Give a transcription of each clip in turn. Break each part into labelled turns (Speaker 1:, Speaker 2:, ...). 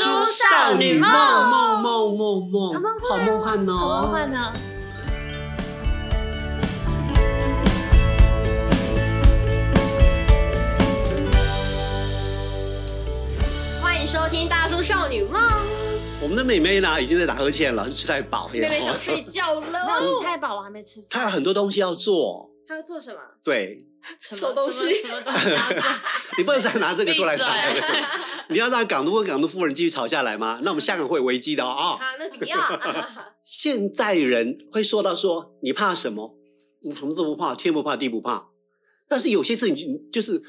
Speaker 1: 少女梦
Speaker 2: 梦梦梦
Speaker 1: 好
Speaker 2: 梦
Speaker 1: 梦，
Speaker 2: 好
Speaker 1: 幻
Speaker 2: 梦幻
Speaker 1: 好啊
Speaker 2: 哦！
Speaker 1: 梦幻呢？
Speaker 3: 欢迎收听《大叔少女梦》，
Speaker 2: 我们的美妹呢，已经在打呵欠了，吃太饱
Speaker 3: 妹
Speaker 2: 了，
Speaker 3: 妹想睡觉了。
Speaker 2: 哦
Speaker 1: 那你太饱了，还没吃饭。
Speaker 2: 她有很多东西要做，
Speaker 3: 她要做什么？
Speaker 2: 对
Speaker 1: 什么
Speaker 3: 手东西
Speaker 1: 什么什么东西要做？
Speaker 2: 你不能再拿这个出来打。
Speaker 1: 闭嘴
Speaker 2: 你要让港督跟港督夫人继续吵下来吗？那我们香港会有危机的哦。啊
Speaker 3: 啊，那不要。
Speaker 2: 现在人会说到说你怕什么？我什么都不怕，天不怕地不怕。但是有些事情就就是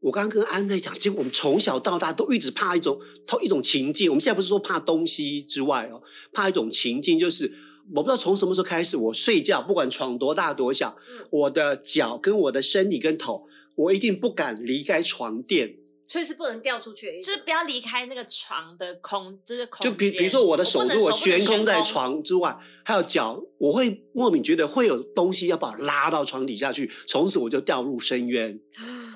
Speaker 2: 我刚刚跟安在讲，其实我们从小到大都一直怕一种同一种情境。我们现在不是说怕东西之外哦，怕一种情境，就是我不知道从什么时候开始，我睡觉不管床多大多小
Speaker 3: 嗯，
Speaker 2: 我的脚跟我的身体跟头，我一定不敢离开床垫。
Speaker 3: 所以是不能掉出去的意
Speaker 1: 就
Speaker 3: 思
Speaker 1: 是
Speaker 3: 吗。
Speaker 1: 不要离开那个床的空，就是空
Speaker 2: 就
Speaker 1: 间。
Speaker 2: 比比如说我的手
Speaker 1: 不能
Speaker 2: 如果
Speaker 1: 手不能
Speaker 2: 悬空在
Speaker 1: 悬空，
Speaker 2: 床之外，还有脚，我会莫名觉得会有东西要把我拉到床底下去，从此我就掉入深渊。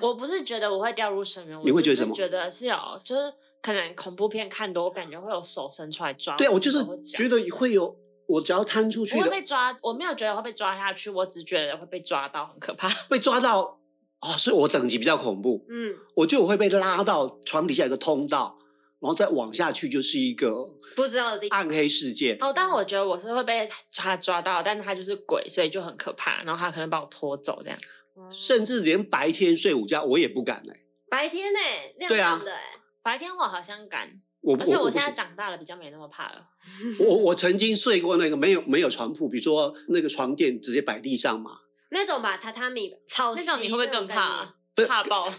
Speaker 1: 我不是觉得我会掉入深渊，
Speaker 2: 你会
Speaker 1: 我就
Speaker 2: 觉得
Speaker 1: 是
Speaker 2: 什么
Speaker 1: 觉得是有，就是可能恐怖片看多，我感觉会有手伸出来抓的
Speaker 2: 对
Speaker 1: 手
Speaker 2: 啊，
Speaker 1: 或
Speaker 2: 我
Speaker 1: 脚。
Speaker 2: 就是觉得会有，我只要摊出去
Speaker 1: 我会
Speaker 2: 了，
Speaker 1: 被抓，我没有觉得会被抓下去，我只觉得会被抓到，很 可怕。
Speaker 2: 被抓到啊、所以我等级比较恐怖，
Speaker 3: 嗯，
Speaker 2: 我觉得我会被拉到床底下一个通道，然后再往下去就是一个
Speaker 3: 不知道的地方。
Speaker 2: 暗黑世界。
Speaker 1: 哦，但我觉得我是会被他抓到，但他就是鬼，所以就很可怕。然后他可能把我拖走这样。
Speaker 2: 甚至连白天睡午觉我也不敢哎、
Speaker 3: 白天呢，亮
Speaker 2: 对啊
Speaker 3: 亮的哎。
Speaker 1: 白天我好像敢，
Speaker 2: 我
Speaker 1: 而且
Speaker 2: 我
Speaker 1: 我
Speaker 2: 不
Speaker 1: 现在
Speaker 2: 行
Speaker 1: 长大了，比较没那么怕了。
Speaker 2: 我我曾经睡过那个没有没有床铺，比如说那个床垫直接摆地上嘛，
Speaker 3: 那种把榻榻米草席
Speaker 1: 那种你会不会更怕
Speaker 3: 那 种
Speaker 1: 啊？怕爆？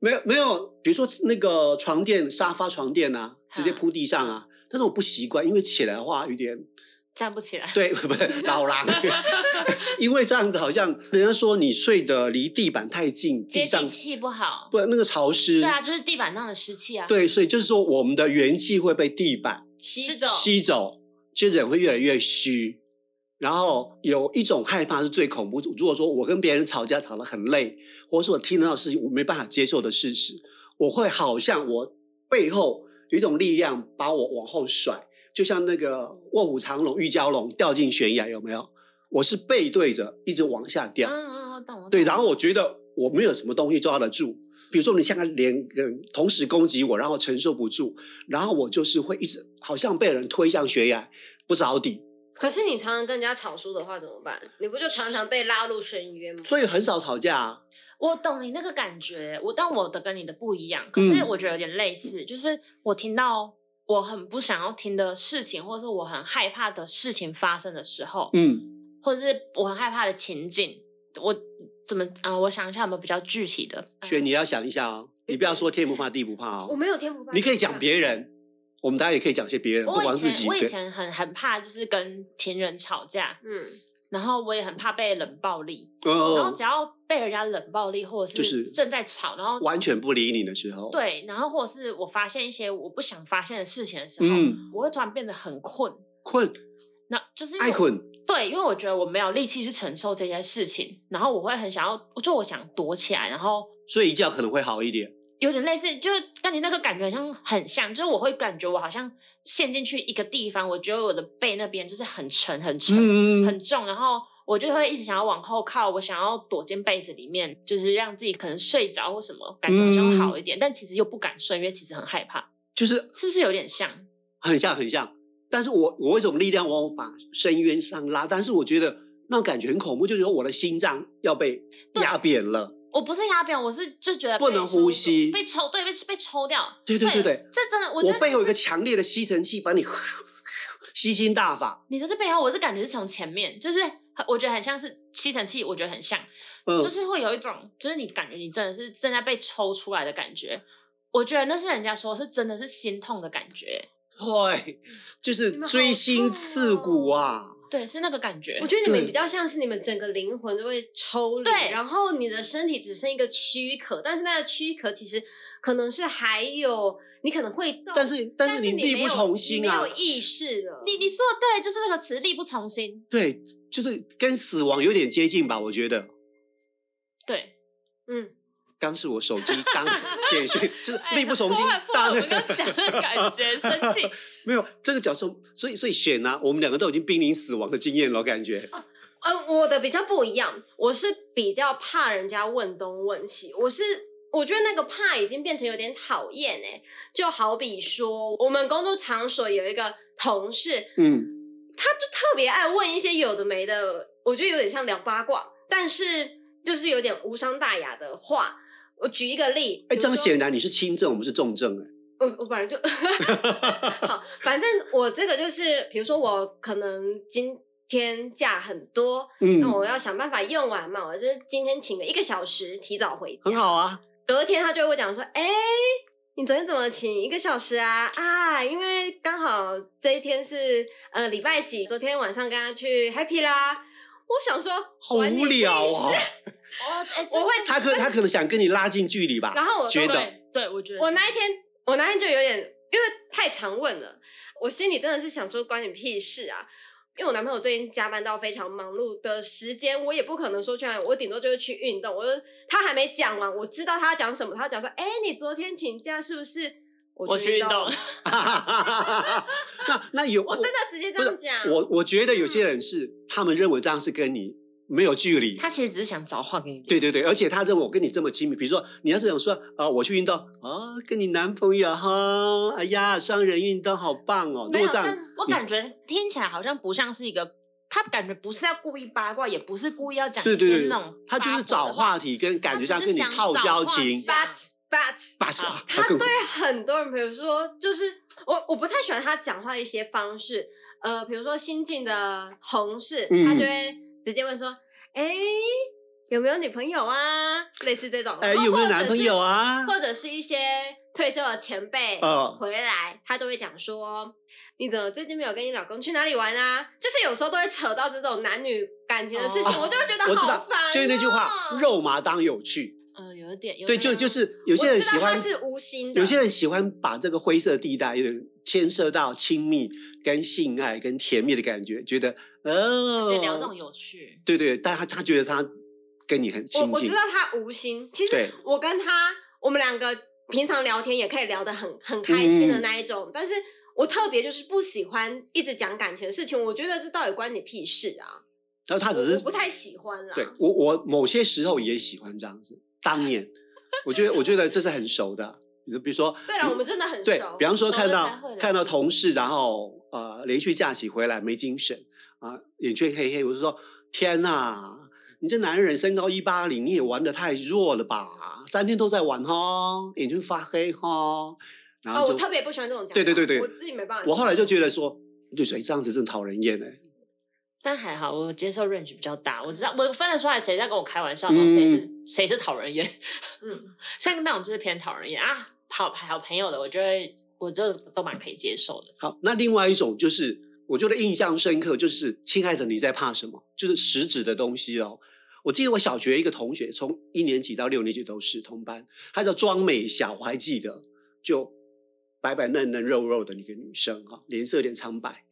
Speaker 2: 没有没有，比如说那个床垫、沙发床垫啊，直接铺地上啊。但是我不习惯，因为起来的话有点
Speaker 1: 站不起来。
Speaker 2: 对，不是老 狼，因为这样子好像人家说你睡的离地板太近，
Speaker 1: 接
Speaker 2: 地上
Speaker 1: 地气不好。
Speaker 2: 不那个潮湿
Speaker 1: 对，啊，就是地板上的湿气啊。，
Speaker 2: 对，所以就是说我们的元气会被地板
Speaker 3: 感觉吸
Speaker 1: 是
Speaker 3: 走
Speaker 1: 的。
Speaker 2: 吸走，就人会越来越虚。然后有一种害怕是最恐怖。如果说我跟别人吵架吵得很累，或者是我听到的事情我没办法接受的事实，我会好像我背后有一种力量把我往后甩，就像那个卧虎藏龙、玉娇龙掉进悬崖，有没有？我是背对着一直往下掉，
Speaker 1: 嗯嗯，我懂。我
Speaker 2: 对，
Speaker 1: 懂
Speaker 2: 然后我觉得我没有什么东西抓得住。比如说，你像个连人同时攻击我，然后承受不住，然后我就是会一直好像被人推向悬崖，不着底，
Speaker 3: 可是你常常跟人家吵输的话怎么办？你不就常常被拉入深渊吗？
Speaker 2: 所以很少吵架、啊。
Speaker 1: 我懂你那个感觉，我但我的跟你的不一样，可是
Speaker 2: 嗯
Speaker 1: 我觉得有点类似，就是我听到我很不想要听的事情，或是我很害怕的事情发生的时候，
Speaker 2: 嗯，
Speaker 1: 或者是我很害怕的情景，我怎么啊、我想一下有没有比较具体的？呃
Speaker 2: 雪，你要想一下哦，你不要说天不怕地不怕
Speaker 3: 我
Speaker 2: 哦，
Speaker 3: 没有天不怕。
Speaker 2: 你可以讲别人，我们大家也可以讲些别人，不
Speaker 1: 我
Speaker 2: 光
Speaker 1: 以
Speaker 2: 自己。
Speaker 1: 前我以
Speaker 2: 对，
Speaker 1: 前很很怕，就是跟情人吵架，
Speaker 3: 嗯，
Speaker 1: 然后我也很怕被冷暴力，然后
Speaker 2: 哦
Speaker 1: 只，要被人家冷暴力，或者
Speaker 2: 就是
Speaker 1: 是正在吵，然后
Speaker 2: 完全不理你的时候，，
Speaker 1: 对，然后或者是我发现一些我不想发现的事情的时候，
Speaker 2: 嗯，
Speaker 1: 我会突然变得很困，
Speaker 2: 困
Speaker 1: 那就是因为
Speaker 2: 爱
Speaker 1: 我
Speaker 2: 困，
Speaker 1: 对，因为我觉得我没有力气去承受这些事情，然后我会很想要，我就我想躲起来，然后
Speaker 2: 所以一觉可能会好一点。
Speaker 1: 有点类似，就是跟你那个感觉好像很像，就是我会感觉我好像陷进去一个地方，我觉得我的背那边就是很沉很沉、
Speaker 2: 嗯
Speaker 1: 很重，然后我就会一直想要往后靠，我想要躲进被子里面，就是让自己可能睡着或什么，感觉好像
Speaker 2: 嗯
Speaker 1: 好一点，但其实又不敢睡，因为其实很害怕，
Speaker 2: 就是
Speaker 1: 是不是有点像？
Speaker 2: 很像很像。但是我我有一种力量往我把深渊上拉，但是我觉得那种感觉很恐怖，就是说我的心脏要被压扁了。
Speaker 1: 我不是压扁，我是就觉得
Speaker 2: 不
Speaker 1: 被
Speaker 2: 能
Speaker 1: 抽
Speaker 2: 呼
Speaker 1: 走
Speaker 2: 吸
Speaker 1: 被抽对，被被抽掉。
Speaker 2: 对对对对，
Speaker 1: 这真的，我
Speaker 2: 我
Speaker 1: 觉得
Speaker 2: 背后有一
Speaker 1: 你
Speaker 2: 个
Speaker 1: 是
Speaker 2: 强烈的吸尘器把你吸心大法。
Speaker 1: 你的这背后，我是感觉是从前面，就是很我觉得很像是吸尘器，我觉得很像，
Speaker 2: 嗯，
Speaker 1: 就是会有一种，就是你感觉你真的是正在被抽出来的感觉。我觉得那是人家说是真的是心痛的感觉，
Speaker 2: 对，哎就是
Speaker 3: 你们好
Speaker 2: 锥心
Speaker 3: 痛
Speaker 2: 刺
Speaker 1: 哦
Speaker 2: 骨啊。
Speaker 1: 对，是那个感觉。
Speaker 3: 我觉得你们
Speaker 2: 对
Speaker 3: 比较像是你们整个灵魂都会抽离，
Speaker 1: 对
Speaker 3: 然后你的身体只剩一个躯壳，但是那个躯壳其实可能是还有你可能会动，
Speaker 2: 但是但是
Speaker 3: 是
Speaker 2: 你力不
Speaker 3: 没有
Speaker 2: 从心
Speaker 3: 你
Speaker 2: 啊
Speaker 3: 没，有意识了。
Speaker 1: 你你说的对，就是这个词力不从心。
Speaker 2: 对，就是跟死亡有点接近吧，我觉得。
Speaker 1: 对，
Speaker 3: 嗯，
Speaker 2: 刚是我手机刚 简讯，就是
Speaker 1: 哎
Speaker 2: 力不从心
Speaker 1: 破坏，破
Speaker 2: 大
Speaker 1: 坏
Speaker 2: 家
Speaker 1: 我
Speaker 2: 那
Speaker 1: 们刚刚讲的感 觉，生气。
Speaker 2: 没有这个角色，所以所以选啊，我们两个都已经濒临死亡的经验了，感觉
Speaker 3: 呃，我的比较不一样，我是比较怕人家问东问西，我是。我觉得那个怕已经变成有点讨厌哎，就好比说我们工作场所有一个同事，
Speaker 2: 嗯，
Speaker 3: 他就特别爱问一些有的没的，我觉得有点像聊八卦，但是就是有点无伤大雅的话。我举一个例，
Speaker 2: 哎，
Speaker 3: 比如
Speaker 2: 这样
Speaker 3: 说
Speaker 2: 显然你是轻症，我们是重症，哎，
Speaker 3: 我我本 来就 好，反正我这个就是，比如说我可能今天假很多，
Speaker 2: 嗯
Speaker 3: 那，我要想办法用完嘛，我就是今天请个一个小时，提早回家。
Speaker 2: 很好啊，
Speaker 3: 隔天他就会讲说：“哎、你昨天怎么请一个小时啊？啊，因为刚好这一天是呃礼拜几，昨天晚上跟他去 happy 啦。”我想说，
Speaker 2: 好无聊
Speaker 3: 啊
Speaker 2: 哦！。
Speaker 1: 哦，哎，这
Speaker 3: 我会，
Speaker 2: 他可他可能想跟你拉近距离吧，
Speaker 3: 然后我
Speaker 2: 觉得
Speaker 1: 对对，我觉得
Speaker 3: 我
Speaker 1: 是
Speaker 3: 那一天，我那天就有点，因为太常问了，我心里真的是想说，关你屁事啊！因为我男朋友最近加班到非常忙碌的时间，我也不可能说去哪里，我顶多就是去运动。我就他还没讲完，我知道他要讲什么，他要讲说：“哎、你昨天请假是不是？”
Speaker 1: 我去运动，
Speaker 2: 那那有
Speaker 3: 我真的直接这样讲。嗯
Speaker 2: 我我觉得有些人是他们认为这样是跟你没有距离，
Speaker 1: 他其实只是想找话给你。
Speaker 2: 对，对对，而且他认为我跟你这么亲密，比如说你要是想说啊、我去运动啊，跟你男朋友哈，哎呀，双人运动好棒哦。如
Speaker 3: 没
Speaker 2: 果
Speaker 3: 有
Speaker 2: 这样，
Speaker 1: 我感觉听起来好像不像是一个，他感觉不是要故意八卦，也不是故意要讲
Speaker 2: 对
Speaker 1: 一
Speaker 2: 对
Speaker 1: 些
Speaker 2: 对
Speaker 1: 那种，
Speaker 2: 他就是
Speaker 1: 八
Speaker 2: 找
Speaker 1: 卦的话
Speaker 2: 话题跟感觉上
Speaker 1: 他
Speaker 2: 跟
Speaker 1: 只是
Speaker 2: 你
Speaker 1: 想
Speaker 2: 套
Speaker 1: 找
Speaker 2: 交
Speaker 1: 话
Speaker 2: 情
Speaker 1: 题，
Speaker 3: but but
Speaker 2: 把扯
Speaker 1: 啊
Speaker 2: 他更苦
Speaker 3: 对很多人，比如说，就是我我不太喜欢他讲话的一些方式，呃，比如说新进的同事，
Speaker 2: 嗯
Speaker 3: 他就会直接问说：“哎、有没有女朋友啊？”类似这种，
Speaker 2: 哎，
Speaker 3: 然后
Speaker 2: 有没有
Speaker 3: 或者
Speaker 2: 男
Speaker 3: 是
Speaker 2: 朋友？啊？
Speaker 3: 或者是一些退休的前辈
Speaker 2: 呃，
Speaker 3: 回来，他都会讲说：“你怎么最近没有跟你老公去哪里玩啊？”就是有时候都会扯到这种男女感情的事情，
Speaker 1: 哦
Speaker 3: 我就会觉得
Speaker 2: 我知
Speaker 3: 好
Speaker 2: 道
Speaker 3: 烦、哦。
Speaker 2: 就是那句话，肉麻当有趣。
Speaker 1: 嗯，有一点，有
Speaker 2: 对，
Speaker 1: 一
Speaker 2: 就
Speaker 1: 点
Speaker 2: 就是有些人
Speaker 3: 我知道
Speaker 2: 喜欢
Speaker 3: 他是无心的
Speaker 2: 有些人喜欢把这个灰色地带有点牵涉到亲密、跟性爱、跟甜蜜的感觉，觉得
Speaker 3: 啊
Speaker 2: 哦，
Speaker 1: 对聊这种有趣。
Speaker 2: 对对，但他他觉得他跟你很
Speaker 3: 我
Speaker 2: 亲
Speaker 3: 我知
Speaker 2: 近
Speaker 3: 道，他无心，其
Speaker 2: 对
Speaker 3: 实我跟他，我们两个平常聊天也可以聊得很很开心的那一
Speaker 2: 嗯
Speaker 3: 种，但是我特别就是不喜欢一直讲感情的事情，我觉得这到底关你屁事啊？
Speaker 2: 然后他只
Speaker 3: 我
Speaker 2: 是
Speaker 3: 我不太喜欢啦。
Speaker 2: 对我我某些时候也喜欢这样子。当年，我觉得我觉得这是很熟的，比如比如说，
Speaker 3: 对了，我们真的很
Speaker 2: 对
Speaker 3: 熟，
Speaker 2: 比方说
Speaker 1: 熟
Speaker 2: 看
Speaker 1: 了
Speaker 2: 到
Speaker 1: 才会聊
Speaker 2: 看到同事，然后呃连续假期回来没精神啊、眼圈黑黑，我就说天呐，你这男人身高一八零，你也玩的太弱了吧？三天都在玩哈，眼圈发黑哈，然
Speaker 3: 哦，
Speaker 2: 后
Speaker 3: 我
Speaker 2: 就、
Speaker 3: 特别不喜欢这种讲法，
Speaker 2: 对对对对
Speaker 3: 我自己没办法接受。
Speaker 2: 我后来就觉得说，对谁这样子真讨人厌哎、
Speaker 1: 但还好，我接受 range 比较大，我知道我分得出来谁在跟我开玩
Speaker 2: 嗯
Speaker 1: 笑，然后谁是、谁是讨人厌。
Speaker 3: 嗯，
Speaker 1: 像那种就是偏讨人厌啊，好好朋友的，我觉得我就都蛮可以接受的。
Speaker 2: 好，那另外一种就是，我觉得印象深刻，就是亲爱的，你在怕什么？就是实质的东西哦。我记得我小学一个同学，从一年级到六年级都是同班，她叫庄美霞，我还记得，就白白嫩嫩、肉肉的一个女生哈、脸色有点苍白。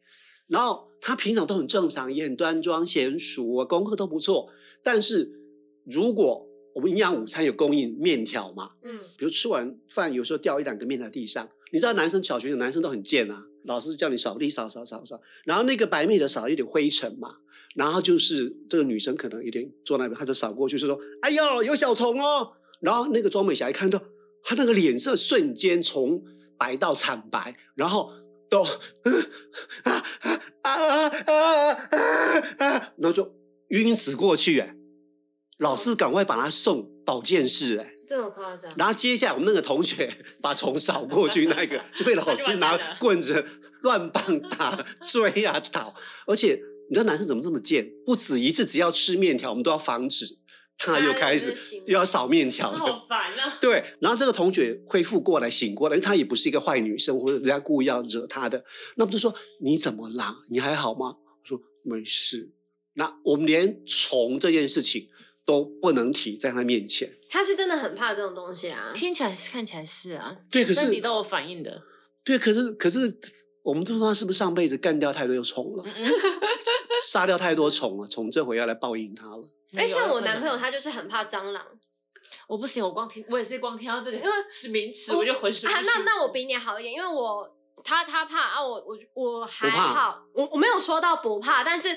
Speaker 2: 然后她平常都很正常，也很端庄娴熟啊，功课都不错。但是如果我们营养午餐有供应面条嘛，
Speaker 3: 嗯，
Speaker 2: 比如吃完饭，有时候掉一两个面在地上。你知道男生小学的男生都很贱啊，老师叫你扫地扫扫扫扫，然后那个白面的扫有点灰尘嘛，然后就是这个女生可能有点坐那边，她就扫过去就说：“哎呦，有小虫哦。”然后那个庄美霞一看到，她那个脸色瞬间从白到惨白，然后都啊啊啊啊啊啊，然后就晕死过去哎、老师赶快把她送保健室哎、
Speaker 3: 这么夸张，
Speaker 2: 然后接下来我们那个同学把虫扫过去，那个就被老师拿
Speaker 1: 他就完蛋了
Speaker 2: 棍子乱棒打、追啊打，而且你知道男生怎么这么贱？不止一次，只要吃面条，我们都要防止他又开
Speaker 3: 大家
Speaker 2: 始
Speaker 3: 都啊是行
Speaker 2: 又要扫面条了。
Speaker 1: 好烦啊！
Speaker 2: 对，然后这个同学恢复过来、醒过来，因为她也不是一个坏女生，或者人家故意要惹她的。那我们就说你怎么啦？你还好吗？我说没事。那我们连虫这件事情都不能提在她面前。
Speaker 3: 他是真的很怕这种东西啊。
Speaker 1: 听起来是看起来是啊，
Speaker 2: 对，可是
Speaker 1: 身体都有反应的。
Speaker 2: 对，可是可是，我们都说他是不是上辈子干掉太多虫了，
Speaker 1: 嗯嗯，
Speaker 2: 杀掉太多虫了，虫这回要来报应他了。
Speaker 3: 哎，像我男朋友，
Speaker 1: 他
Speaker 3: 他就是很怕蟑螂，
Speaker 1: 我不行，我光听我也是光听到这个
Speaker 3: 因为
Speaker 1: 是名词，
Speaker 3: 我
Speaker 1: 我就浑身不
Speaker 3: 啊，那
Speaker 1: 舒
Speaker 3: 那我
Speaker 1: 服
Speaker 3: 比你好一点，因为我他他怕啊，我我我还
Speaker 2: 怕
Speaker 3: 好，我我没有说到不怕，但是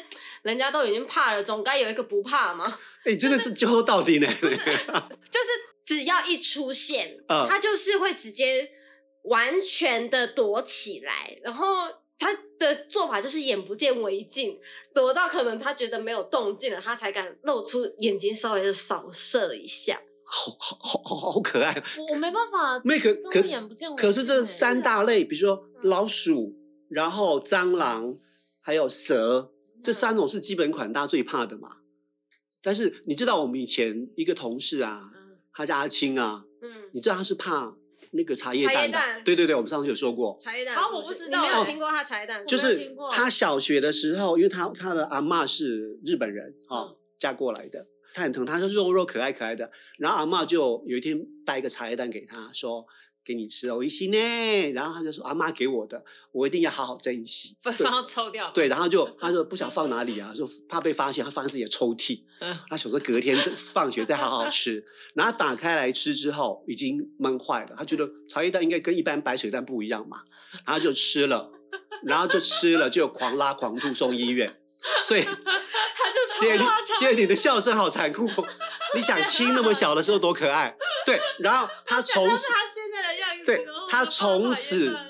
Speaker 3: 人家都已经怕了，总该有一个不怕嘛。
Speaker 2: 哎、真的是最后到底呢？
Speaker 3: 就是只要一出现，
Speaker 2: 嗯
Speaker 3: 他就是会直接完全的躲起来，然后他的做法就是眼不见为净，躲到可能他觉得没有动静了，他才敢露出眼睛稍微的扫射一下。
Speaker 2: 好好好好好可爱。
Speaker 1: 我我没办法，
Speaker 2: 妹可
Speaker 1: 真
Speaker 2: 可
Speaker 1: 的眼不见为
Speaker 2: 可是这
Speaker 1: 净
Speaker 2: 三
Speaker 1: 欸
Speaker 2: 大类，比如说
Speaker 3: 嗯
Speaker 2: 老鼠，然后蟑螂，还有蛇，这三种是基本款大家最怕的嘛。但是你知道我们以前一个同事啊，
Speaker 1: 嗯
Speaker 2: 他叫阿青啊，
Speaker 3: 嗯，
Speaker 2: 你知道他是怕那个茶叶
Speaker 3: 茶叶
Speaker 2: 蛋的
Speaker 3: 蛋
Speaker 2: 对对对，我们上次有说过，
Speaker 3: 茶叶蛋
Speaker 1: 啊
Speaker 3: 的故
Speaker 1: 我不
Speaker 3: 事
Speaker 1: 知道
Speaker 3: 你没有
Speaker 1: 欸
Speaker 3: 听过他茶叶蛋的故
Speaker 2: 就
Speaker 3: 事，
Speaker 1: 没有
Speaker 2: 是
Speaker 1: 听过
Speaker 2: 他小学的时候，因为他他的阿嬷是日本人哦
Speaker 1: 嗯，
Speaker 2: 嫁过来的，他很疼她，他是肉肉可爱可爱的。然后阿嬷就有一天带一个茶叶蛋给他，说给你吃，我一心呢。然后他就说阿嬷给我的，我一定要好好珍惜。
Speaker 1: 把
Speaker 2: 对
Speaker 1: 放到抽掉。
Speaker 2: 对，然后就他就不想放哪里啊，说怕被发现，他放在自己的抽屉。
Speaker 1: 嗯
Speaker 2: 他想说隔天再放学再好好吃。然后打开来吃之后，已经闷坏了。他觉得茶叶蛋应该跟一般白水蛋不一样嘛，然后就吃了，然后就吃了，就狂拉狂吐送医院。所以
Speaker 3: 他就
Speaker 2: 姐
Speaker 3: 说他，
Speaker 2: 姐，你的笑声好残酷哦！你想亲那么小的时候多可爱？对，然后他从
Speaker 1: 想到
Speaker 2: 此
Speaker 1: 他现在的样子，
Speaker 2: 对
Speaker 1: 然后
Speaker 2: 他
Speaker 1: 我就放到
Speaker 2: 从
Speaker 1: 茶叶
Speaker 2: 此
Speaker 1: 蛋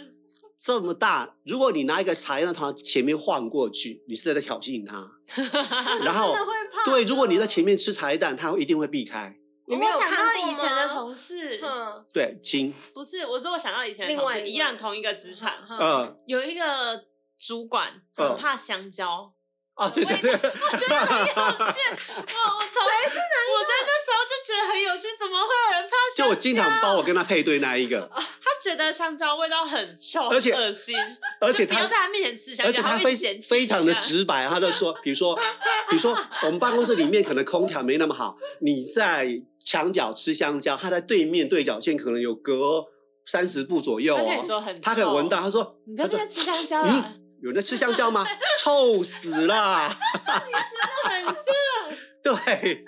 Speaker 2: 这么大，如果你拿一个茶叶蛋从他前面晃过去，你是在挑衅 他。然后
Speaker 3: 真的会怕。
Speaker 2: 对，如果你
Speaker 1: 嗯
Speaker 2: 在前，面吃茶叶蛋，他一定会避开。
Speaker 3: 你没
Speaker 1: 我
Speaker 3: 有
Speaker 1: 想
Speaker 3: 看
Speaker 1: 到
Speaker 3: 过
Speaker 1: 以前的
Speaker 3: 吗
Speaker 1: 同事，
Speaker 3: 嗯
Speaker 2: 对，亲，
Speaker 1: 不是我说我想到以前的
Speaker 3: 另
Speaker 1: 同
Speaker 3: 外
Speaker 1: 事，
Speaker 3: 一位
Speaker 1: 一样同一个职场，
Speaker 3: 嗯
Speaker 2: 呃，
Speaker 1: 有一个主管
Speaker 2: 嗯
Speaker 1: 很怕香
Speaker 3: 哦
Speaker 1: 蕉，
Speaker 2: 啊，对对对，
Speaker 1: 哇，我从我在那时候就觉得很有趣，怎么会有人怕香蕉？
Speaker 2: 就我经常帮我跟他配对那一 个，
Speaker 1: 他觉得香蕉味道很臭，
Speaker 2: 而且
Speaker 1: 很恶心，
Speaker 2: 而且
Speaker 1: 就不要
Speaker 2: 他
Speaker 1: 在。他面前吃香蕉，
Speaker 2: 而且他
Speaker 1: 会
Speaker 2: 非
Speaker 1: 嫌弃
Speaker 2: 非
Speaker 1: 你啊
Speaker 2: 常的
Speaker 1: 这样
Speaker 2: 直白，他就说，比如说，比 如说我们办公室里面可能空调没那么好，你在墙角吃香蕉，他在对面对角线可能有隔三十步左右
Speaker 1: 他可以
Speaker 2: 哦，
Speaker 1: 说很，
Speaker 2: 他可以闻到，，嗯他说，
Speaker 1: 你不
Speaker 2: 他
Speaker 1: 要
Speaker 2: 说
Speaker 1: 再吃香蕉啊了，
Speaker 2: 有人在吃香 蕉吗？臭死了！
Speaker 1: 很香。
Speaker 2: 对，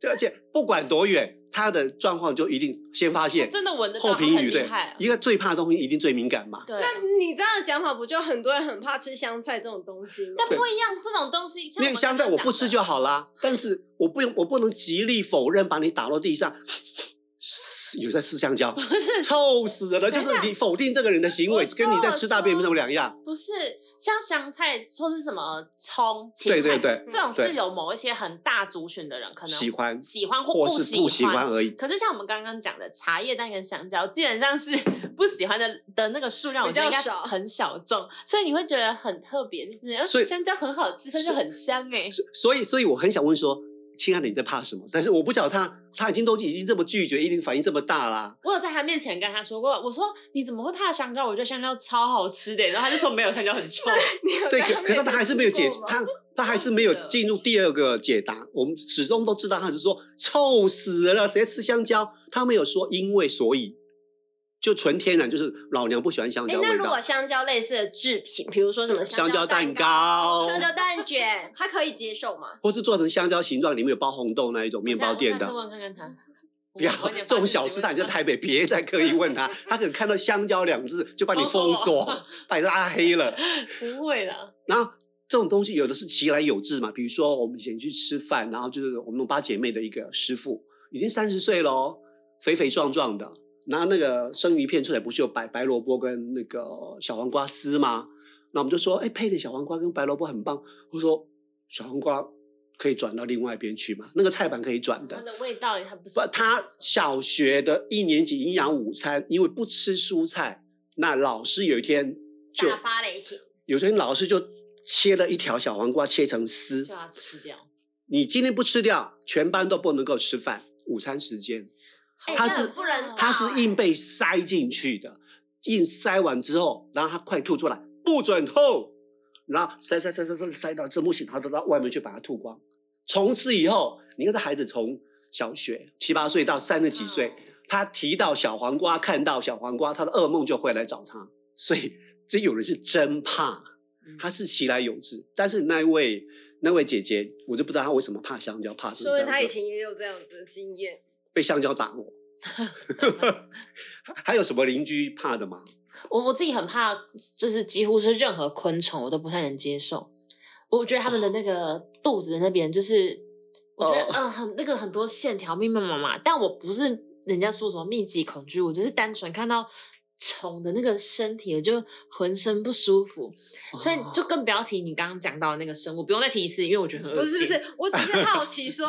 Speaker 2: 就而且不管多远，他的状况就一定先发现，
Speaker 1: 真的闻得到
Speaker 2: 后评
Speaker 1: 他很
Speaker 2: 语
Speaker 1: 厉
Speaker 2: 对
Speaker 1: 害，啊
Speaker 2: 一个最怕的东西一定最敏感嘛。
Speaker 1: 对，
Speaker 3: 那你这样的讲法，不就很多人很怕吃香菜这种东西吗？
Speaker 1: 但不一样，这种东西，像
Speaker 2: 那
Speaker 1: 我
Speaker 2: 个
Speaker 1: 们
Speaker 2: 香
Speaker 1: 刚
Speaker 2: 菜
Speaker 1: 刚
Speaker 2: 我不
Speaker 1: 讲
Speaker 2: 吃
Speaker 1: 的
Speaker 2: 就好啦，但是我不用，我不能极力否认，把你打落地上。 有在吃香 蕉，
Speaker 1: 不是
Speaker 2: 臭死了！就是你否定这个人的行为，
Speaker 1: 我说
Speaker 2: 跟你在吃大便没什么两样。
Speaker 1: 不是像香菜说是什么葱、芹
Speaker 2: 对
Speaker 1: 菜，
Speaker 2: 对对，
Speaker 1: 这种
Speaker 2: 对
Speaker 1: 是有某一些很大族群的人可能
Speaker 2: 喜欢
Speaker 1: 喜欢或
Speaker 2: 或是不喜
Speaker 1: 喜
Speaker 2: 欢。而已。
Speaker 1: 可是像我们刚刚讲的茶叶蛋跟香蕉，基本上是 不喜欢的的那个数量，我觉得应该
Speaker 3: 比较少
Speaker 1: 很小众，所以你会觉得很特别，就是呃
Speaker 2: 所以
Speaker 1: 香蕉很好吃，香蕉很香哎、
Speaker 2: 所所以，所以我很想问说，亲爱的，你在怕什么？但是我不晓得他，他已经都已经这么拒绝，一定反应这么大啦。
Speaker 1: 我有在他面前跟他说过，我说你怎么会怕香蕉？我觉得香蕉超好吃的、欸然后他就说没有香蕉很 臭。
Speaker 3: 你有
Speaker 2: 对，
Speaker 3: 在
Speaker 2: 可可是他还是没有解
Speaker 3: 面试，过吗
Speaker 2: 他他还是
Speaker 1: 忘记
Speaker 2: 没有
Speaker 1: 了
Speaker 2: 进入第二个解答。我们始终都知道，他只说臭死了，谁吃香蕉？他没有说因为所以，就纯天然就是老娘不喜欢香
Speaker 3: 哎、
Speaker 2: 蕉
Speaker 3: 那
Speaker 2: 味
Speaker 3: 如
Speaker 2: 道
Speaker 3: 果。香蕉类似的制品，比如说什么
Speaker 2: 香
Speaker 3: 蕉
Speaker 2: 蕉
Speaker 3: 蛋
Speaker 2: 蛋、糕，
Speaker 3: 香蕉蛋卷，它可以接受吗？
Speaker 2: 或是做成香蕉形状，里面有包红豆那一种面包店
Speaker 1: 我
Speaker 2: 的。
Speaker 1: 想我下次问看看他。
Speaker 2: 不要
Speaker 1: 我有点
Speaker 2: 这种
Speaker 1: 怕自己
Speaker 2: 小吃 摊，你在
Speaker 1: 会
Speaker 2: 台北别再刻意问他，他可能看到香蕉两字就把你封
Speaker 1: 封锁
Speaker 2: 锁，把你拉黑了。
Speaker 1: 不会啦，
Speaker 2: 然后这种东西有的是其来有志嘛，比如说我们以前去吃饭，然后就是我们八姐妹的一个师傅，已经三十岁了哦，肥肥壮壮的，拿那个生鱼片出来，不是有白白萝卜跟那个小黄瓜丝吗？那我们就说，哎，配点小黄瓜跟白萝卜很棒。我说小黄瓜可以转到另外一边去嘛，那个菜板可以转
Speaker 1: 它
Speaker 2: 的。
Speaker 1: 的味道也很不
Speaker 2: 不
Speaker 1: 适合，
Speaker 2: 他小学的一年级营养午餐，因为不吃蔬菜，那老师有一天 就
Speaker 3: 大发雷霆，
Speaker 2: 有些老师就切了一条小黄瓜，切成丝
Speaker 1: 就。要吃掉。
Speaker 2: 你今天不吃掉，全班都不能够吃饭。午餐时间，
Speaker 3: 哎
Speaker 2: 它
Speaker 3: 那
Speaker 2: 是
Speaker 3: 很不人道
Speaker 2: 它是硬被塞进去的，硬塞完之后，然后它快吐出来，不准吐。然后塞塞塞塞塞塞到这不行，他就到外面去把它吐光。从此以后，你看这孩子从小学七八岁到三十几岁，他提到小黄瓜，看到小黄瓜，他的噩梦就会来找他。所以这有人是真怕。
Speaker 1: 嗯，
Speaker 2: 他是其来有志，但是那一位那位姐姐，我就不知道她为什么怕香蕉，怕成
Speaker 3: 说
Speaker 2: 这
Speaker 3: 明他以
Speaker 2: 样子。
Speaker 3: 前也有这样子的经验。
Speaker 2: 被橡胶打 过。还有什么邻居怕的吗？
Speaker 1: 我我自己很怕，就是几乎是任何昆虫我都不太能接受。我觉得他们的那
Speaker 3: 哦
Speaker 1: 个肚子的那边，就是我觉得
Speaker 2: 哦
Speaker 1: 嗯、呃很那个很多线条密密麻麻，但我不是人家说什么密集恐惧，我只是单纯看到虫的那个身体，我就浑身不舒服。所以就更不要提你刚刚讲到的那个生物，不用再提一次，因为我觉得很恶
Speaker 3: 不是
Speaker 1: 心。
Speaker 3: 不是，我只是好 奇说，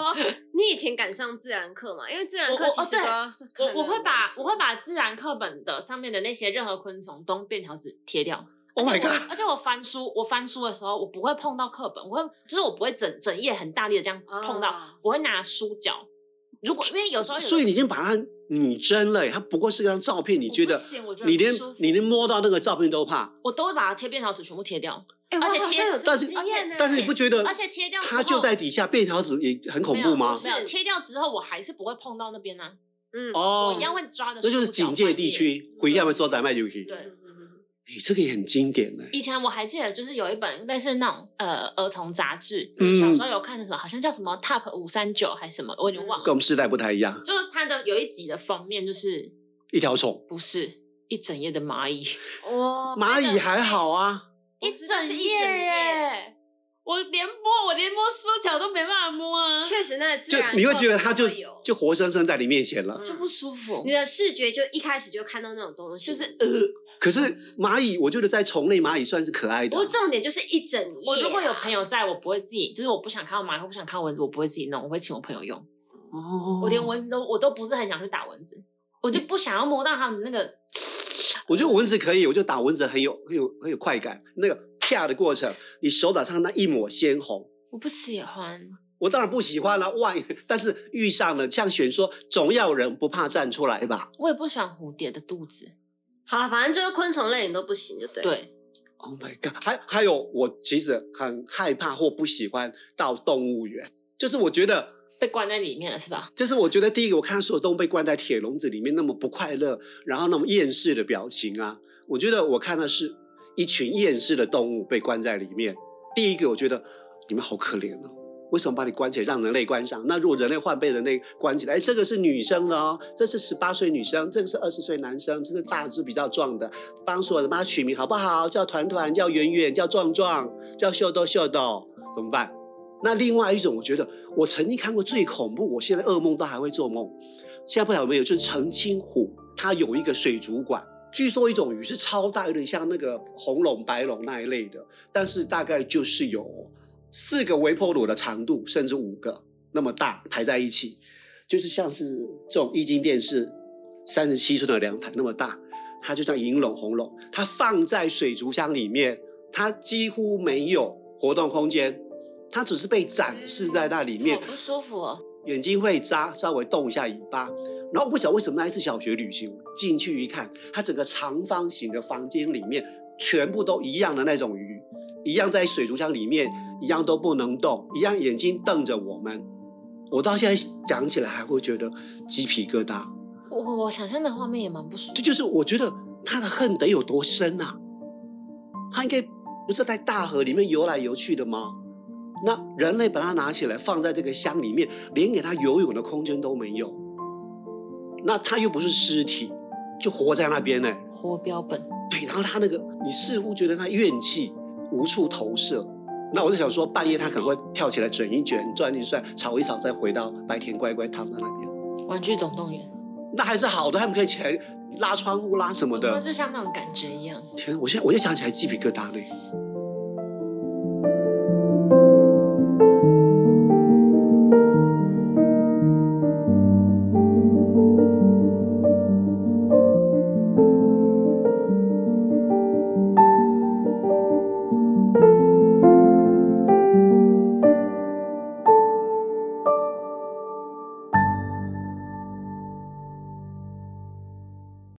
Speaker 3: 你以前敢上自然课吗？因为自然
Speaker 1: 我
Speaker 3: 课
Speaker 1: 我
Speaker 3: 其
Speaker 1: 哦
Speaker 3: 实
Speaker 1: 对
Speaker 3: 都要
Speaker 1: 我
Speaker 3: 看
Speaker 1: 我会
Speaker 3: 得
Speaker 1: 把
Speaker 3: 很
Speaker 1: 我会把自然课本的上面的那些任何昆虫都用便条纸贴掉。
Speaker 2: Oh my
Speaker 1: 而且哎我
Speaker 2: god！
Speaker 1: 而且我翻书，我翻书的时候，我不会碰到课本，我会就是我不会整整页很大力的这样碰到，
Speaker 3: 啊
Speaker 1: 我会拿书角。如果因为有时候有的
Speaker 2: 所以你已经把它拟真了耶，它不过是张照片，你
Speaker 1: 我
Speaker 2: 觉
Speaker 1: 不
Speaker 2: 得
Speaker 1: 行我觉得
Speaker 2: 你
Speaker 1: 很不
Speaker 2: 连
Speaker 1: 舒服
Speaker 2: 你连摸到那个照片都怕，
Speaker 1: 我都会把它贴便条纸全部贴掉，
Speaker 3: 哎我
Speaker 1: 而且
Speaker 3: 好像
Speaker 1: 贴
Speaker 3: 有这
Speaker 2: 但
Speaker 3: 个
Speaker 2: 是
Speaker 3: 经验呢
Speaker 2: 但是你不觉得
Speaker 1: 而且贴掉之后
Speaker 2: 呃它就在底下，便条纸也很恐怖吗？
Speaker 1: 没有没
Speaker 3: 是
Speaker 1: 有贴掉之后，我还是不会碰到那边呢、
Speaker 3: 嗯
Speaker 1: 我
Speaker 2: 哦
Speaker 1: 一，样会抓着。
Speaker 2: 这就是警戒地。区，鬼要不说咱卖游戏。
Speaker 1: 对
Speaker 3: 嗯嗯嗯
Speaker 2: 诶哎这个也很经典呢。
Speaker 1: 以前我还记得，就是有一本类似那种呃儿童杂志，
Speaker 2: 嗯
Speaker 1: 小时候有看的什么，好像叫什么 Top 五三九还是什么，我已经忘
Speaker 2: 跟我
Speaker 1: 了。
Speaker 2: 们时代不太一样，
Speaker 1: 就是它的有一集的封面，就是
Speaker 2: 一条虫，
Speaker 1: 不是一整页的蚂蚁，
Speaker 3: 哦，
Speaker 2: 蚂蚁还好啊，
Speaker 1: 一
Speaker 3: 我知道
Speaker 1: 整
Speaker 3: 是一
Speaker 1: 页
Speaker 3: 整
Speaker 1: 耶！我连摸我连摸书角都没办法摸啊，
Speaker 3: 确实那个自
Speaker 2: 就
Speaker 3: 然
Speaker 2: 你会
Speaker 3: 课
Speaker 2: 觉得它就
Speaker 3: 本有
Speaker 2: 就活生生在你面前了。
Speaker 1: 就不舒服
Speaker 3: 你。的视觉就一开始就看到那种东西，
Speaker 1: 嗯
Speaker 2: 啊
Speaker 1: 就是呃，
Speaker 2: 可是蚂蚁，我觉得在虫类蚂蚁算是可爱的啊
Speaker 3: 不。过重点就是一整夜啊、
Speaker 1: 我如果有朋友在，我不会自己，就是我不想看到蚂蚁，我不想看蚊子，我不会自己弄，我会请我朋友用。
Speaker 2: 哦
Speaker 1: 我连蚊子都我都不是很想去打蚊子，我就不想要摸到它们那个。
Speaker 2: 我觉得蚊子可以，我就打蚊子很有很有很有快感。那个啪的过程，你手掌上那一抹鲜红，
Speaker 1: 我不喜欢，
Speaker 2: 我当然不喜欢了、万一但是遇上了，像选说，总要有人不怕站出来吧。
Speaker 1: 我也不喜欢蝴蝶的肚子。
Speaker 3: 好了，反正就是昆虫类你都不行，就对。，
Speaker 1: 对，
Speaker 2: Oh my god！还还有，我其实很害怕或不喜欢到动物园，就是我觉得，
Speaker 1: 被关在里面了是吧？
Speaker 2: 这是我觉得第一个，我看到所有动物被关在铁笼子里面那么不快乐，然后那么厌世的表情啊，我觉得我看的是一群厌世的动物被关在里面。第一个，我觉得你们好可怜哦。为什么把你关起来，让人类关上？那如果人类换被人类关起来，哎，这个是女生的哦，这是十八岁女生，这个是二十岁男生，这是大只比较壮的，帮所有人帮他取名好不好？叫团团，叫圆圆，叫壮壮，叫秀豆秀豆，怎么办？那另外一种，我觉得我曾经看过最恐怖，我现在噩梦都还会做梦。现在不晓得有没有，就是澄清湖，它有一个水族馆，据说一种鱼是超大，有点像那个红龙、白龙那一类的，但是大概就是有四个微波炉的长度，甚至五个那么大排在一起，就是像是这种液晶电视三十七寸的凉台那么大，它就像银龙、红龙，它放在水族箱里面，它几乎没有活动空间，它只是被展示在那里面
Speaker 1: 好。不舒服、哦。
Speaker 2: 眼睛会眨，稍微动一下尾巴。然后我不晓得为什么那一次小学旅行进去一看，它整个长方形的房间里面全部都一样的那种鱼，一样在水族箱里面，一样都不能动，一样眼睛瞪着我们。我到现在讲起来还会觉得鸡皮疙瘩。
Speaker 1: 我我我想象的画面也蛮不舒服
Speaker 2: 这。就是我觉得他的恨得有多深啊！他应该不是在大河里面游来游去的吗？那人类把它拿起来放在这个箱里面，连给它游泳的空间都没有。那它又不是尸体，就活在那边呢、
Speaker 1: 活标本，
Speaker 2: 对，然后他那个，你似乎觉得他怨气无处投射。那我就想说，半夜他可能会跳起来卷一卷、转一转、吵一吵，再回到白天乖乖躺在那边。
Speaker 1: 玩具总动员，
Speaker 2: 那还是好的，他们可以起来拉窗户、拉什么
Speaker 1: 我说
Speaker 2: 的。
Speaker 1: 就像那种感觉一样。
Speaker 2: 天，我现在我就想起来鸡皮疙瘩嘞。